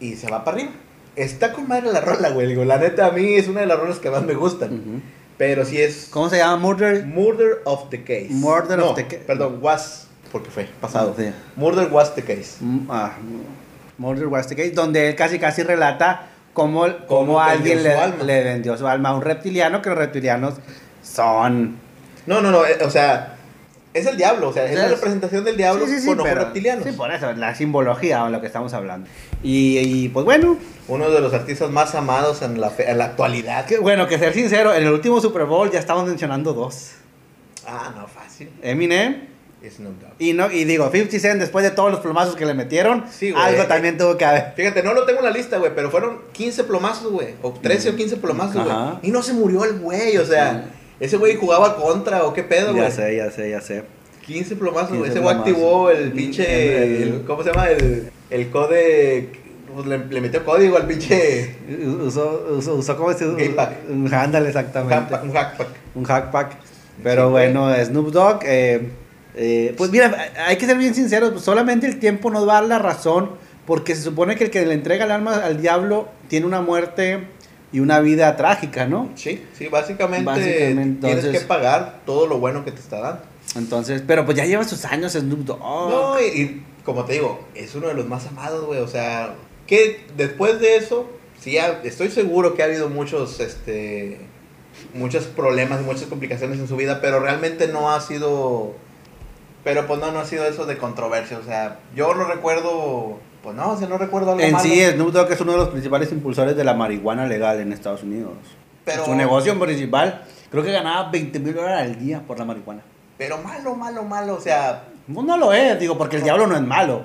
y se va para arriba. Está con madre la rola, güey. Digo, la neta, a mí es una de las rolas que más me gustan.
Ujú.
Pero sí es
Mm. ¿Cómo se llama? Murder.
Murder of the Case.
Murder
No,
of the Case.
Perdón, was, porque fue pasado.
Sí.
Murder was the case.
Mm, ah, Murder Was the Case, donde él casi casi relata cómo, cómo
vendió
alguien
su alma.
le, le vendió su alma a un reptiliano, que los reptilianos son...
No, no, no, eh, o sea, es el diablo, o sea, es la
Es-
representación del diablo
Sí, sí, sí,
con ojos
pero-
reptilianos.
Sí, por eso, la simbología o lo que estamos hablando. Y, y, pues bueno,
Uno de los artistas más amados en la, fe- en la actualidad.
que, bueno, que ser sincero, en el último Super Bowl ya estamos mencionando dos.
Ah, no, fácil.
Eminem
Snoop Dogg.
Y, no, y digo, 50 Cent, después de todos los plomazos que le metieron,
Sí, güey.
algo también tuvo que haber.
Fíjate, no lo tengo en la lista, güey, pero fueron 15 plomazos, güey. O 13 o 15 plomazos,
Ajá.
güey. Y no se murió el güey, o sea, ese güey jugaba contra o qué pedo,
Ya
güey.
sé, ya sé, ya sé.
15 plomazos,
15
güey. Ese güey
plomazos.
activó el
El-
pinche. el- ¿Cómo se llama? El, el code. pues, le, le metió código al pinche.
U- Usó, usó, usó como si...
Gay pack.
un- Ándale,
Un
exactamente.
hackpack. un hackpack.
Un hackpack. Pero
Sí, güey.
bueno, Snoop Dogg, eh, eh, pues mira, hay que ser bien sinceros, pues, solamente el tiempo nos va a dar la razón, porque se supone que el que le entrega el alma al diablo tiene una muerte y una vida trágica, ¿no?
Sí, sí, básicamente,
Básicamente, entonces-
tienes que pagar todo lo bueno que te está dando.
Entonces, pero pues ya lleva sus años Snoop Dogg.
No, y, y como te digo, es uno de los más amados, güey. O sea, que después de eso, sí, ha- estoy seguro que ha habido muchos, este, muchos problemas y muchas complicaciones en su vida, pero realmente no ha sido, pero pues no, no ha sido eso de controversia. O sea, yo no recuerdo, pues no, o sea, no recuerdo algo
en
malo.
sí, Snoop Dogg es uno de los principales impulsores de la marihuana legal en Estados Unidos.
Pero-
Su negocio principal, creo que ganaba 20 mil dólares al día por la marihuana. Pues
Pero malo, malo, malo, o sea,
No, no lo es, digo, porque el diablo no es malo.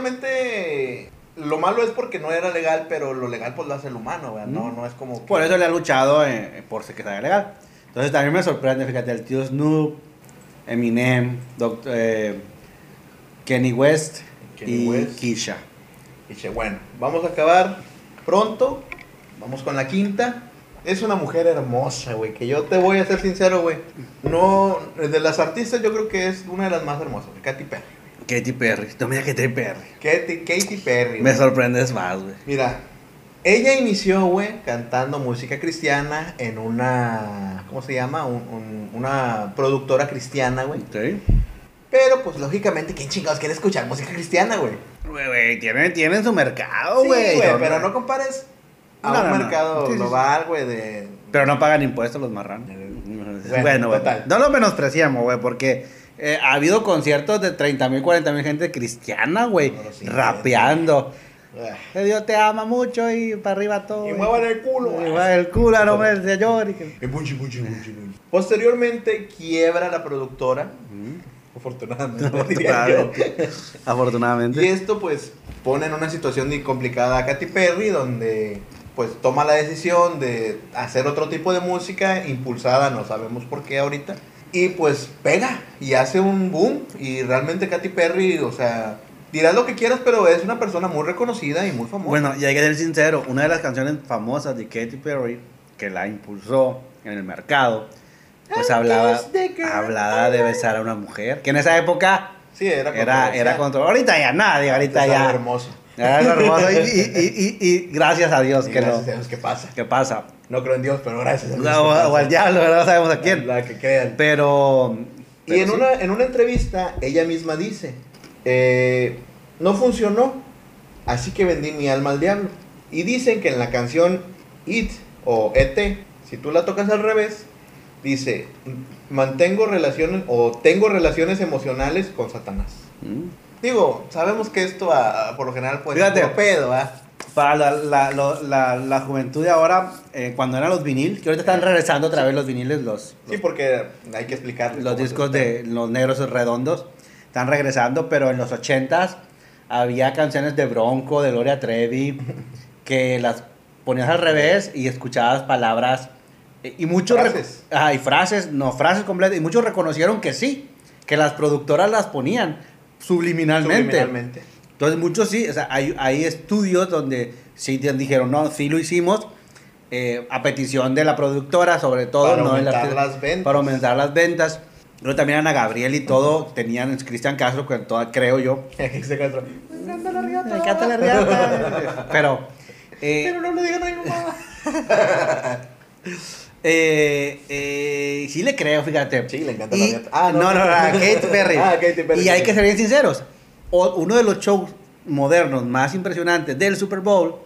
básicamente... Lo malo es porque no era legal, pero lo legal pues lo hace el humano, güey. No,
Mm.
no es como... que-
Por eso le ha luchado eh, por ser que sea legal. Entonces también me sorprende, fíjate, el tío Snoop, Eminem, Doc- eh, Kenny West
Kenny
y
West.
Keisha.
Dije, bueno, vamos a acabar pronto. Vamos con la quinta. Es una mujer hermosa, güey. Que yo te voy a ser sincero, güey. No, de las artistas yo creo que es una de las más hermosas. güey, Katy Perry.
Katy Perry, no me digas Katy Perry.
Katy, Katy Perry.
Me
güey.
sorprendes más, güey.
Mira, ella inició, güey, cantando música cristiana en una, ¿cómo se llama? Un- un- una productora cristiana, güey.
Ok.
Pero, pues, lógicamente, ¿quién chingados quiere escuchar música cristiana, güey?
Güey, güey, tienen, tienen su mercado,
Sí,
güey.
güey,
Son-
pero no compares a
No,
un
no, no.
mercado
Sí, sí, sí.
global, güey, de...
Pero no pagan impuestos los marranos.
Bueno,
Bueno, güey.
total.
No lo menospreciamos, güey, porque eh, ha habido conciertos de 30 mil, 40 mil gente cristiana, güey,
No, sí,
rapeando.
Ah.
Que Dios te ama mucho y para arriba todo.
Y
güey.
muevan el culo.
Y mueva el culo, no me el señor. y que-
Y punchi, punchi, punchi, punchi. Posteriormente quiebra la productora. Afortunadamente.
*laughs*
diría yo.
Afortunadamente. Afortunadamente.
Y esto pues pone en una situación de- complicada a Katy Perry donde pues toma la decisión de hacer otro tipo de música impulsada, no sabemos por qué ahorita. Y pues pega y hace un boom y realmente Katy Perry, o sea, dirás lo que quieras, pero es una persona muy reconocida y muy famosa.
Bueno, y hay que ser sincero, una de las canciones famosas de Katy Perry, que la impulsó en el mercado, pues hablaba,
kiss the girl.
hablaba de besar a una mujer, que en esa época
sí, era
era, era
controversial.
control. Ahorita ya nadie, ahorita
Es algo
ya.
Ah, hermoso.
Era algo
*laughs*
hermoso. Y, y- y- y- y gracias a Dios
Y
que no.
gracias a Dios Pues que pasa.
¿Qué pasa?
No creo en Dios, pero gracias a
O,
Dios. que pasa.
o al diablo, ¿verdad? No sabemos a quién.
La que crean.
Pero.
Y en,
pero sí.
una, en una entrevista, ella misma dice, eh, no funcionó, así que vendí mi alma al diablo. Y dicen que en la canción It o ET, si tú la tocas al revés, dice, mantengo relaciones o tengo relaciones emocionales con Satanás.
Mm.
Digo, sabemos que esto a- a- por lo general puede
Fíjate.
ser puro pedo, ¿ah?
Para la, la- lo- la- la juventud de ahora, eh, cuando eran los vinil, que ahorita están regresando otra vez los viniles, los,
Sí, porque hay que explicarle.
los
cómo es
discos
el pedo.
de los negros redondos están regresando, pero en los 80s había canciones de Bronco, de Gloria Trevi, que las ponías al revés y escuchabas palabras eh, y muchos rec-
Frases.
Ah, y frases, no, frases completas y muchos reconocieron que sí, que las productoras las ponían subliminalmente.
Subliminalmente.
Entonces muchos sí, o sea, hay, hay estudios donde sí te dijeron, no, sí lo hicimos eh, a petición de la productora, sobre todo.
Para
no de
aumentar las ventas.
Para aumentar las ventas. Pero también Ana Gabriel y todo, tenían Cristian Castro, con toda, creo yo.
*laughs* Ese caso. Me encanta la riata.
*laughs* Pero... eh,
Pero no le digan a mi mamá.
Eh, eh, sí le creo, fíjate.
Sí, le encanta
Y-
la neta. Ah,
no,
no.
no, no, a Katy
*laughs*
Perry.
Ah, Katy Perry,
Y hay
sí.
que ser bien sinceros. o- uno de los shows modernos más impresionantes del Super Bowl,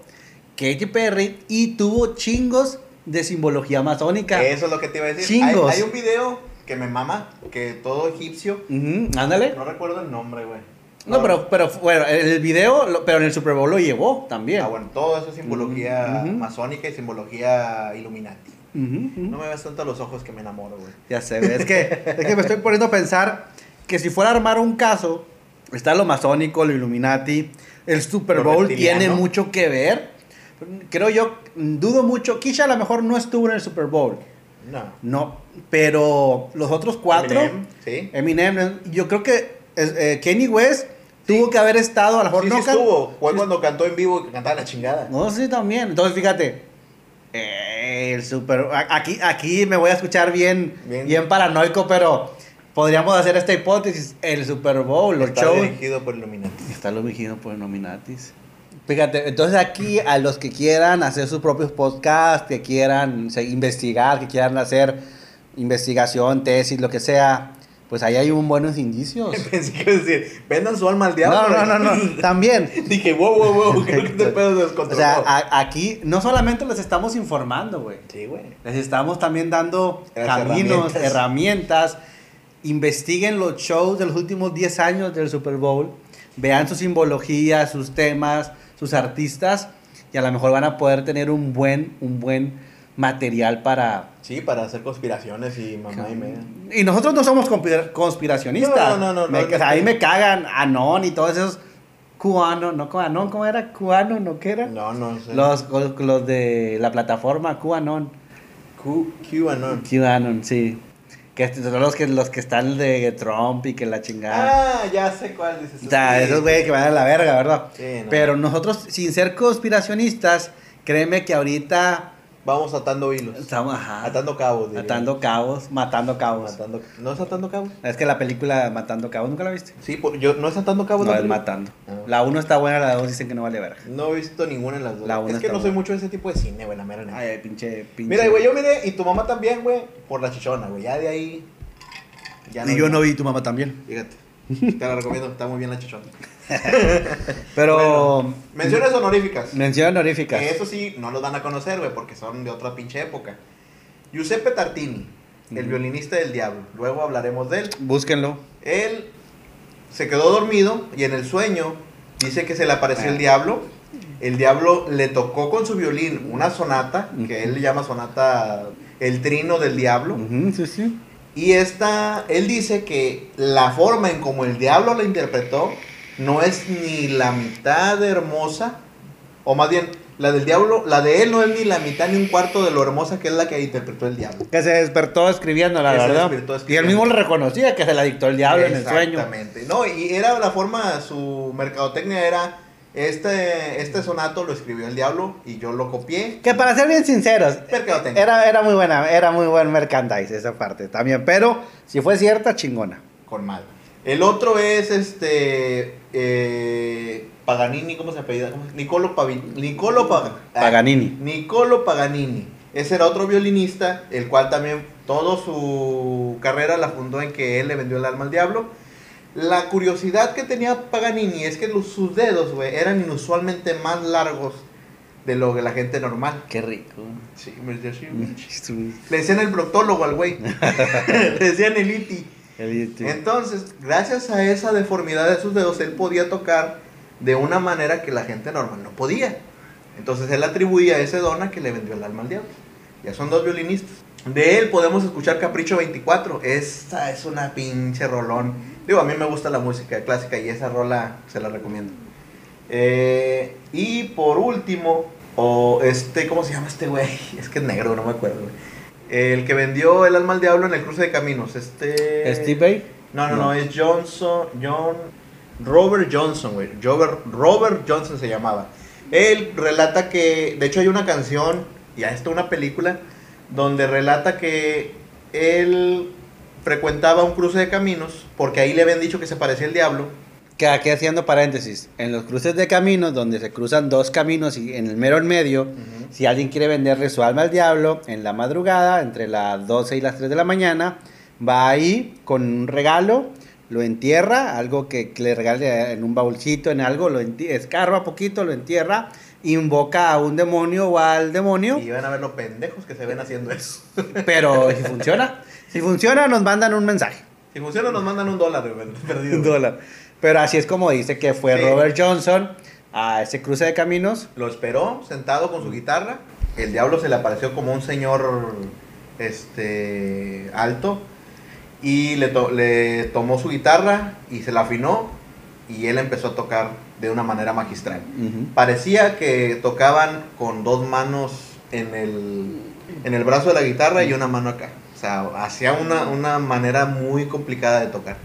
Katy Perry, y tuvo chingos de simbología masónica.
Eso es lo que te iba a decir.
Chingos.
Hay, hay un video que me mama, que todo egipcio.
Ujú, ándale.
No recuerdo el nombre, güey. Ah,
No, pero, pero bueno, el video, lo- pero en el Super Bowl lo llevó también.
Ah, bueno, todo eso es simbología
Mm, Ujú.
masónica y simbología illuminati.
Ujú, ujú.
No me veas tanto a los ojos que me enamoro, güey.
Ya sé, güey, Es que, es que me estoy poniendo a pensar que si fuera a armar un caso, está lo masónico, lo Illuminati, el Super
Lo
Bowl
reptiliano.
tiene mucho que ver. Creo yo, dudo mucho. Kisha a lo mejor no estuvo en el Super Bowl.
No.
No, pero los otros cuatro, Eh,
Eminem, sí.
Eminem, yo creo que es- eh, Kenny West tuvo que haber estado, a lo mejor
Sí,
no
sí
can-
estuvo. Fue cuando cantó en vivo y que cantaba la chingada.
No, sí, también. Entonces, fíjate. eh, el super. a- Aquí, aquí me voy a escuchar bien, bien,
Bien.
paranoico, pero podríamos hacer esta hipótesis. El Super Bowl, los
Está
shows.
dirigido por Illuminati. *laughs*
Está lo vigido por Nominatis. Fíjate, entonces aquí a los que quieran hacer sus propios podcasts, que quieran se- investigar, que quieran hacer investigación, tesis, lo que sea, pues ahí hay un
*laughs*
buenos indicios.
Pensé que iba a decir, vendan su alma al diablo.
No, no, no, no, también.
*laughs* Dije, wow, wow, wow, creo que este pedo se
O
descontroló.
sea, a- aquí no solamente les estamos informando, güey.
Sí, güey.
Les estamos también dando
Las
caminos, herramientas.
herramientas.
Investiguen los shows de los últimos 10 años del Super Bowl. Vean su simbología, sus temas, sus artistas. Y a lo mejor van a poder tener un buen, un buen material para...
Sí, para hacer conspiraciones y mamá y media.
Y nosotros no somos conspira- conspiracionistas.
No, no, no, no,
Me-
no, no.
ahí me cagan Anon y todos esos cubanos. No, Anon, ¿cómo era? Cubano, ¿no qué era?
No, no sé.
Los, los de la plataforma QAnon.
Q, QAnon.
QAnon, sí. Que est- son los que, los que están de Trump y que la chingada.
Ah, ya sé cuál dices.
o sea,
Sí.
esos güeyes que van a la verga, ¿verdad?
Sí, no.
Pero nosotros, sin ser conspiracionistas, créeme que ahorita
Vamos atando hilos.
estamos ajá,
Atando cabos. diría.
atando cabos, matando cabos.
Atando- ¿No es atando cabos?
Es que la película Matando Cabos, ¿nunca la viste?
Sí, por- yo, ¿no es atando cabos?
No,
la
es
película?
Matando.
Ah.
La 1 está buena, la 2 dicen que no vale verga.
No he visto ninguna en las dos.
La una
es que
está
no soy
buena.
mucho de ese tipo de cine, güey, la mera neta.
Ay, ay, pinche, pinche.
Mira, güey, yo miré, y tu mamá también, güey, por la chichona, güey. Ya de ahí. ya
Y yo no vi tu mamá también.
Fíjate. Te la recomiendo, está muy bien la chichona.
Pero.
Menciones honoríficas.
Mención honorífica.
Que eso sí, no los van a conocer, güey, porque son de otra pinche época. Giuseppe Tartini, el
Ujú.
violinista del diablo. Luego hablaremos de él.
Búsquenlo.
Él se quedó dormido y en el sueño dice que se le apareció
Ah.
el diablo. El diablo le tocó con su violín una sonata, que él le llama sonata el trino del diablo.
Ujú, sí, sí.
Y esta, él dice que la forma en como el diablo la interpretó no es ni la mitad de hermosa, o más bien, la del diablo, la de él no es ni la mitad ni un cuarto de lo hermosa que es la que interpretó el diablo.
Que se despertó escribiendo, la
Que se
verdad.
despertó
Y él
escribiendo.
mismo le reconocía que se la dictó el diablo en el sueño.
Exactamente. No, y era la forma, su mercadotecnia era, este, este sonato lo escribió el diablo y yo lo copié.
Que para ser bien sinceros,
Mercadotecnia.
era, era muy buena, era muy buen merchandise esa parte también. Pero si fue cierta, chingona.
Con mal. El otro es este. eh, Paganini, ¿cómo se apellida? ¿Cómo se- Nicolo, Pavi- Nicolo Paga- ah,
Paganini.
Nicolo Paganini. Ese era otro violinista, el cual también toda su carrera la fundó en que él le vendió el alma al diablo. La curiosidad que tenía Paganini es que los- sus dedos, güey, eran inusualmente más largos de lo que la gente normal.
Qué *laughs* rico.
Sí, me decía así. Le decían el proctólogo al güey. *laughs* le decían el iti.
Este,
Entonces, gracias a esa deformidad de sus dedos, él podía tocar de una manera que la gente normal no podía. Entonces, él atribuía ese don a que le vendió el alma al diablo. Ya son dos violinistas. De él podemos escuchar Capricho 24. Esta es una pinche rolón. Digo, a mí me gusta la música clásica y esa rola se la recomiendo. Eh, y por último, o este, ¿cómo se llama este güey? *laughs* Es que es negro, no me acuerdo, güey. El que vendió el alma al diablo en el cruce de caminos, este...
Steve Bay.
No, no,
No.
no, es Johnson, John, Robert Johnson, güey. Robert, Robert Johnson se llamaba. Él relata que, de hecho hay una canción, y hasta una película, donde relata que él frecuentaba un cruce de caminos, porque ahí le habían dicho que se parecía el diablo.
Que aquí haciendo paréntesis. En los cruces de caminos, donde se cruzan dos caminos y en el mero en medio, Si alguien quiere venderle su alma al diablo en la madrugada, entre las 12 y las 3 de la mañana, va ahí con un regalo, lo entierra, algo que, que le regale en un baúlcito, en algo, lo enti- escarba poquito, lo entierra, invoca a un demonio o al demonio,
Y van a ver los pendejos que se ven haciendo eso.
*laughs*
*laughs*
pero si funciona, si funciona nos mandan un mensaje.
Si funciona, nos mandan un dólar, güey, perdido.
Un dólar. Pero así es como dice que fue
Sí.
Robert Johnson a ese cruce de caminos.
Lo esperó sentado con su guitarra. El diablo se le apareció como un señor este alto Y le, to- le tomó su guitarra y se la afinó y él empezó a tocar de una manera magistral. Parecía que tocaban con dos manos en el, en el brazo de la guitarra y una mano acá. O sea, hacía una, una manera muy complicada de tocar.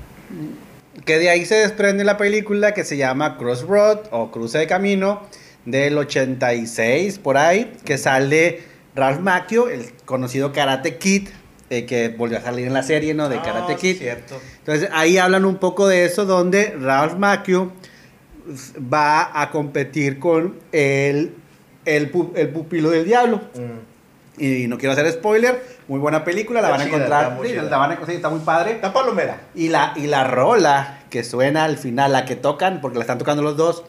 Que de ahí se desprende la película que se llama Crossroad o Cruce de Camino del 86 por ahí, que sale Ralph Macchio, el conocido Karate Kid, eh, que volvió a salir en la serie, ¿no? De Karate
Ah,
Kid.
Cierto.
Entonces ahí hablan un poco de eso, donde Ralph Macchio va a competir con el, el, pu- el pupilo del diablo.
Mm.
Y no quiero hacer spoiler, muy buena película, la
Está
van a
chida,
encontrar,
está muy
sí,
chida.
la van a, sí, está muy padre.
La palomera.
Y la, y la rola que suena al final, la que tocan, porque la están tocando los dos,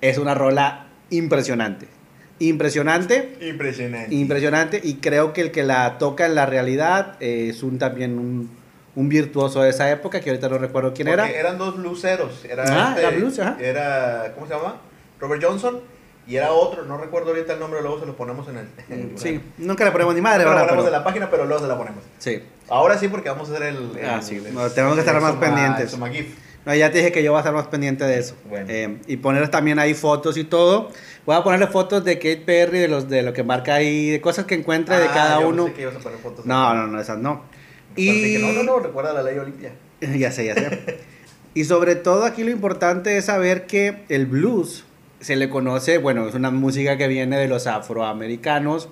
es una rola impresionante. Impresionante,
Impresionante.
impresionante. Y creo que el que la toca en la realidad eh, es un también un, un virtuoso de esa época, que ahorita no recuerdo quién era.
Porque eran dos luceros. Era
Ah,
este-
era blues, ajá.
Era, ¿cómo se llama? Robert Johnson. Y era otro, no recuerdo ahorita el nombre, luego se lo ponemos en el... en-
Mm, Sí, nunca le ponemos ni madre,
Pero lo
¿verdad?
ponemos
Pero-
de la página, pero luego se la ponemos.
Sí.
Ahora sí, porque vamos a hacer el... el-
Ah, sí,
el-
no, tenemos que estar
el
más
Soma-
pendientes.
el Soma GIF.
No, ya te dije que yo voy a estar más pendiente de eso.
Bueno.
Eh, y poner también ahí fotos y todo. Voy a ponerle fotos de Kate Perry, de, los, de lo que marca ahí, de cosas que encuentre de
Ah,
cada
yo
uno.
pensé que ibas a poner fotos.
No, no, no, esas no.
Y...
Y...
no, no, no, recuerda la ley Olimpia.
*laughs* ya sé, ya sé. y sobre todo aquí lo importante es saber que el blues se le conoce, bueno, es una música que viene de los afroamericanos,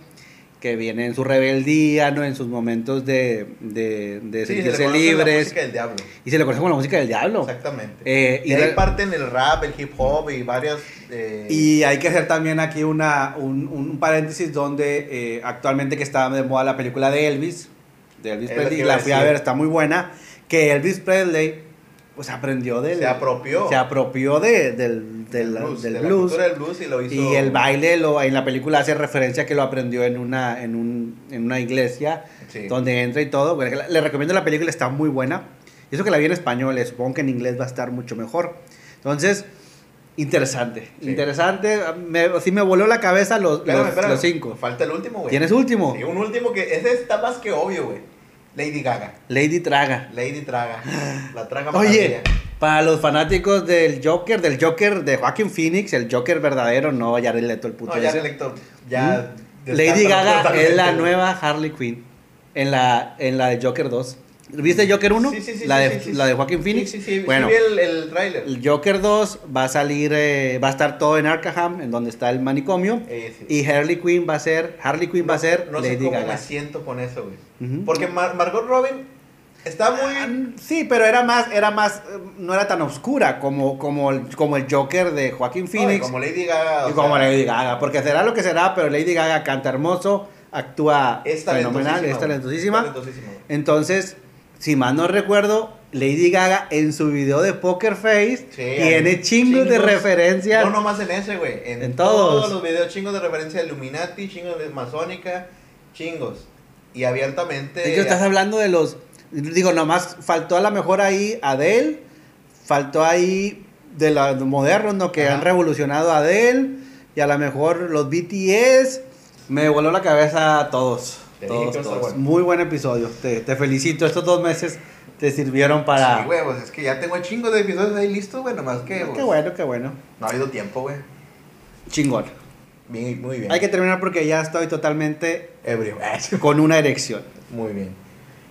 que viene en su rebeldía, ¿no? En sus momentos de, de, de
Sí, se le
sentirse
conoce La
libres.
música del diablo.
Y se le conoce como la música del diablo.
Exactamente.
Eh,
y
y
de ahí
re-
parten el rap, el hip hop y varias... eh,
Y hay que hacer también aquí una, un, un paréntesis donde eh, actualmente que está de moda la película de Elvis, de Elvis
Es lo que
Presley,
iba a
la fui a
decir.
ver, está muy buena, que Elvis Presley pues aprendió del...
Se apropió.
Se apropió de- del, del,
blues,
del
de la
blues.
cultura del blues y lo hizo...
y el baile lo, en la película hace referencia que lo aprendió en una, en un, en una iglesia
Sí.
donde entra y todo. Bueno, la- le recomiendo la película, está muy buena. Y eso que la vi en español, eh, supongo que en inglés va a estar mucho mejor. Entonces, interesante,
Sí.
interesante. Me, sí me voló la cabeza los,
Espérame,
los-
espérame.
los cinco.
Falta el último, güey.
¿Tienes último?
Sí, un último que ese está más que obvio, güey. Lady Gaga.
Lady Traga.
Lady Traga. La Traga eh.
Oye,
maravilla.
para los fanáticos del Joker, del Joker de Joaquin Phoenix, el Joker verdadero, no, ya le leto el puto
No, ya
ese. Mm.
Lector. Ya.
Lady
descarta
Gaga
totalmente,
es la
güey.
nueva Harley Quinn en la, en la de Joker 2. ¿Viste Joker 1?
Sí, sí, sí,
la,
sí,
de,
sí, sí.
la de Joaquin Phoenix.
Sí, sí, sí.
Bueno,
sí vi el, el tráiler.
el Joker 2 va a salir, eh, va a estar todo en Arkham, en donde está el manicomio.
Eh, sí.
Y Harley Quinn va a ser, Harley Quinn va a ser
No sé
Lady
cómo
Gaga.
me siento con eso, güey.
Ujú.
Porque Mar- Margot Robin está muy.
Mm, Sí, pero era más, era más, eh, no era tan oscura como, como, el, como el Joker de Joaquin
Ay,
Phoenix.
como Lady Gaga. o
Y como
sea,
Lady Gaga, porque será lo que será, pero Lady Gaga canta hermoso, actúa
Es talentosísima.
fenomenal, es
güey.
talentosísima.
talentosísima, güey.
Entonces, si mal no recuerdo, Lady Gaga en su video de Poker Face
Sí,
tiene
hay
chingos, de referencias.
No nomás en ese, güey. En,
En
todos.
todos.
los videos, chingos de referencia de Illuminati, chingos de masónica, chingos. Y abiertamente. ah,
De hecho, estás hablando de los. Digo, nomás faltó a la mejor ahí Adele, faltó ahí de los modernos, ¿no? Que
Ajá.
han revolucionado a Adele, y a lo mejor los BTS. Me voló la cabeza a todos.
Te dije
todos,
que iba a
todos.
estar bueno.
Muy buen episodio. Te, te felicito. Estos dos meses te sirvieron para. Ah,
Sí, güey, pues es que ya tengo chingos de episodios ahí listos, güey. Nomás que.
qué
pues,
bueno, qué bueno.
No ha habido tiempo, güey.
Chingón.
Bien, muy bien.
Hay que terminar porque ya estoy totalmente
Ebrio. *laughs* ah,
con una erección.
Muy bien.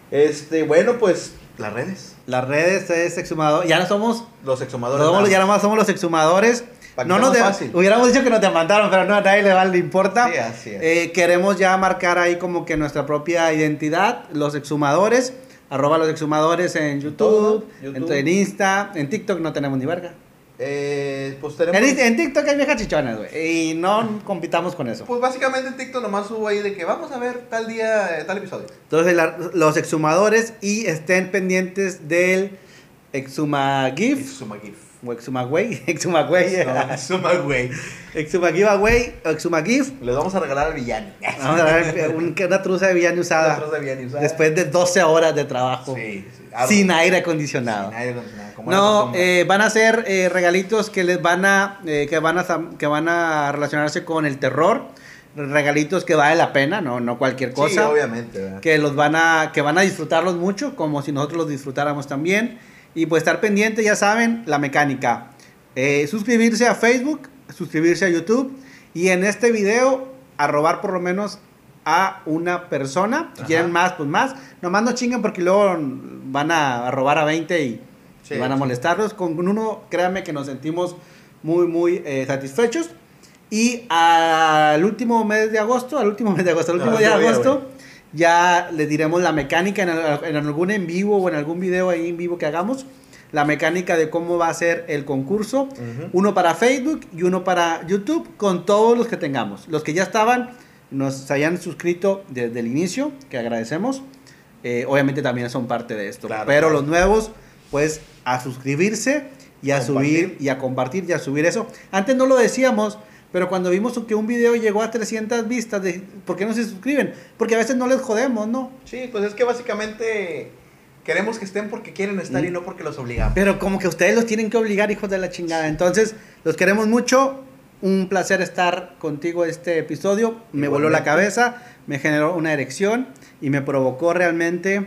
Este, bueno, pues. Las redes.
Las redes es exhumado. Ya no somos.
Los exhumadores.
somos-
nada.
ya nomás somos los exhumadores.
Pa' que
No
sea
nos
más
de-
fácil.
hubiéramos dicho que nos demandaron, pero no, a nadie le, va, le importa.
Sí, así es.
Eh, queremos ya marcar ahí como que nuestra propia identidad, los exhumadores, arroba los exhumadores en YouTube,
todo,
en-
YouTube.
En, Insta, en TikTok no tenemos ni verga.
Eh, pues
En,
tenemos.
Inst- en TikTok hay viejas chichonas, güey, y no compitamos con eso.
Pues básicamente en TikTok nomás subo ahí de que vamos a ver tal día, eh, tal episodio.
Entonces, la- los exhumadores y estén pendientes del exhuma GIF
Exuma GIF.
*laughs* o exhuma güey, exhuma güey,
No, Exuma, güey.
exhuma giveaway, exhuma GIF.
Les vamos a regalar al
*laughs*
villano.
Vamos a ver
*laughs*
un- una truza de villano
Nosotros de
usada
bien, o sea,
después de 12 horas de trabajo
Sí, sí.
sin
Algo.
aire
Sin
acondicionado.
aire acondicionado, como era
No,
costumbre.
eh, van a ser eh, regalitos que les van a eh, que van a sam- que van a relacionarse con el terror. regalitos que vale la pena, no, no cualquier cosa.
Sí, obviamente. ¿verdad?
que los van a que van a disfrutarlos mucho como si nosotros los disfrutáramos también y pues estar pendiente ya saben la mecánica Eh, suscribirse a Facebook suscribirse a YouTube y en este video arrobar por lo menos a una persona si
Ajá.
quieren más pues más nomás no chinguen porque luego van a robar a 20 y,
Sí,
y van a
sí.
molestarlos con uno créanme que nos sentimos muy muy eh, satisfechos y al último mes de agosto al último *laughs* mes de agosto al
No,
último
yo
día de
voy,
agosto
Ah, güey.
ya les diremos la mecánica en, al- en algún en vivo o en algún video ahí en vivo que hagamos. La mecánica de cómo va a ser el concurso.
Ujú.
Uno para Facebook y uno para YouTube con todos los que tengamos. Los que ya estaban, nos hayan suscrito desde el inicio, que agradecemos. Eh, obviamente también son parte de esto.
Claro,
Pero
claro.
los nuevos, pues a suscribirse y a
Compartir.
subir y a compartir y a subir eso. Antes no lo decíamos, pero cuando vimos que un video llegó a 300 vistas, de, ¿por qué no se suscriben? Porque a veces no les jodemos, ¿no?
Sí, pues es que básicamente queremos que estén porque quieren estar
Mm.
y no porque los obligamos.
Pero como que ustedes los tienen que obligar, hijos de la chingada. Entonces, los queremos mucho. Un placer estar contigo este episodio. Me
Igualmente.
voló la cabeza, me generó una erección y me provocó realmente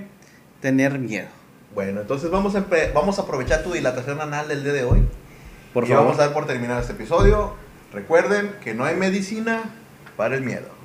tener miedo.
Bueno, entonces vamos a, empe- vamos a aprovechar tu dilatación anal del día de hoy.
Por
y
favor.
vamos a dar por terminado este episodio. Recuerden que no hay medicina para el miedo.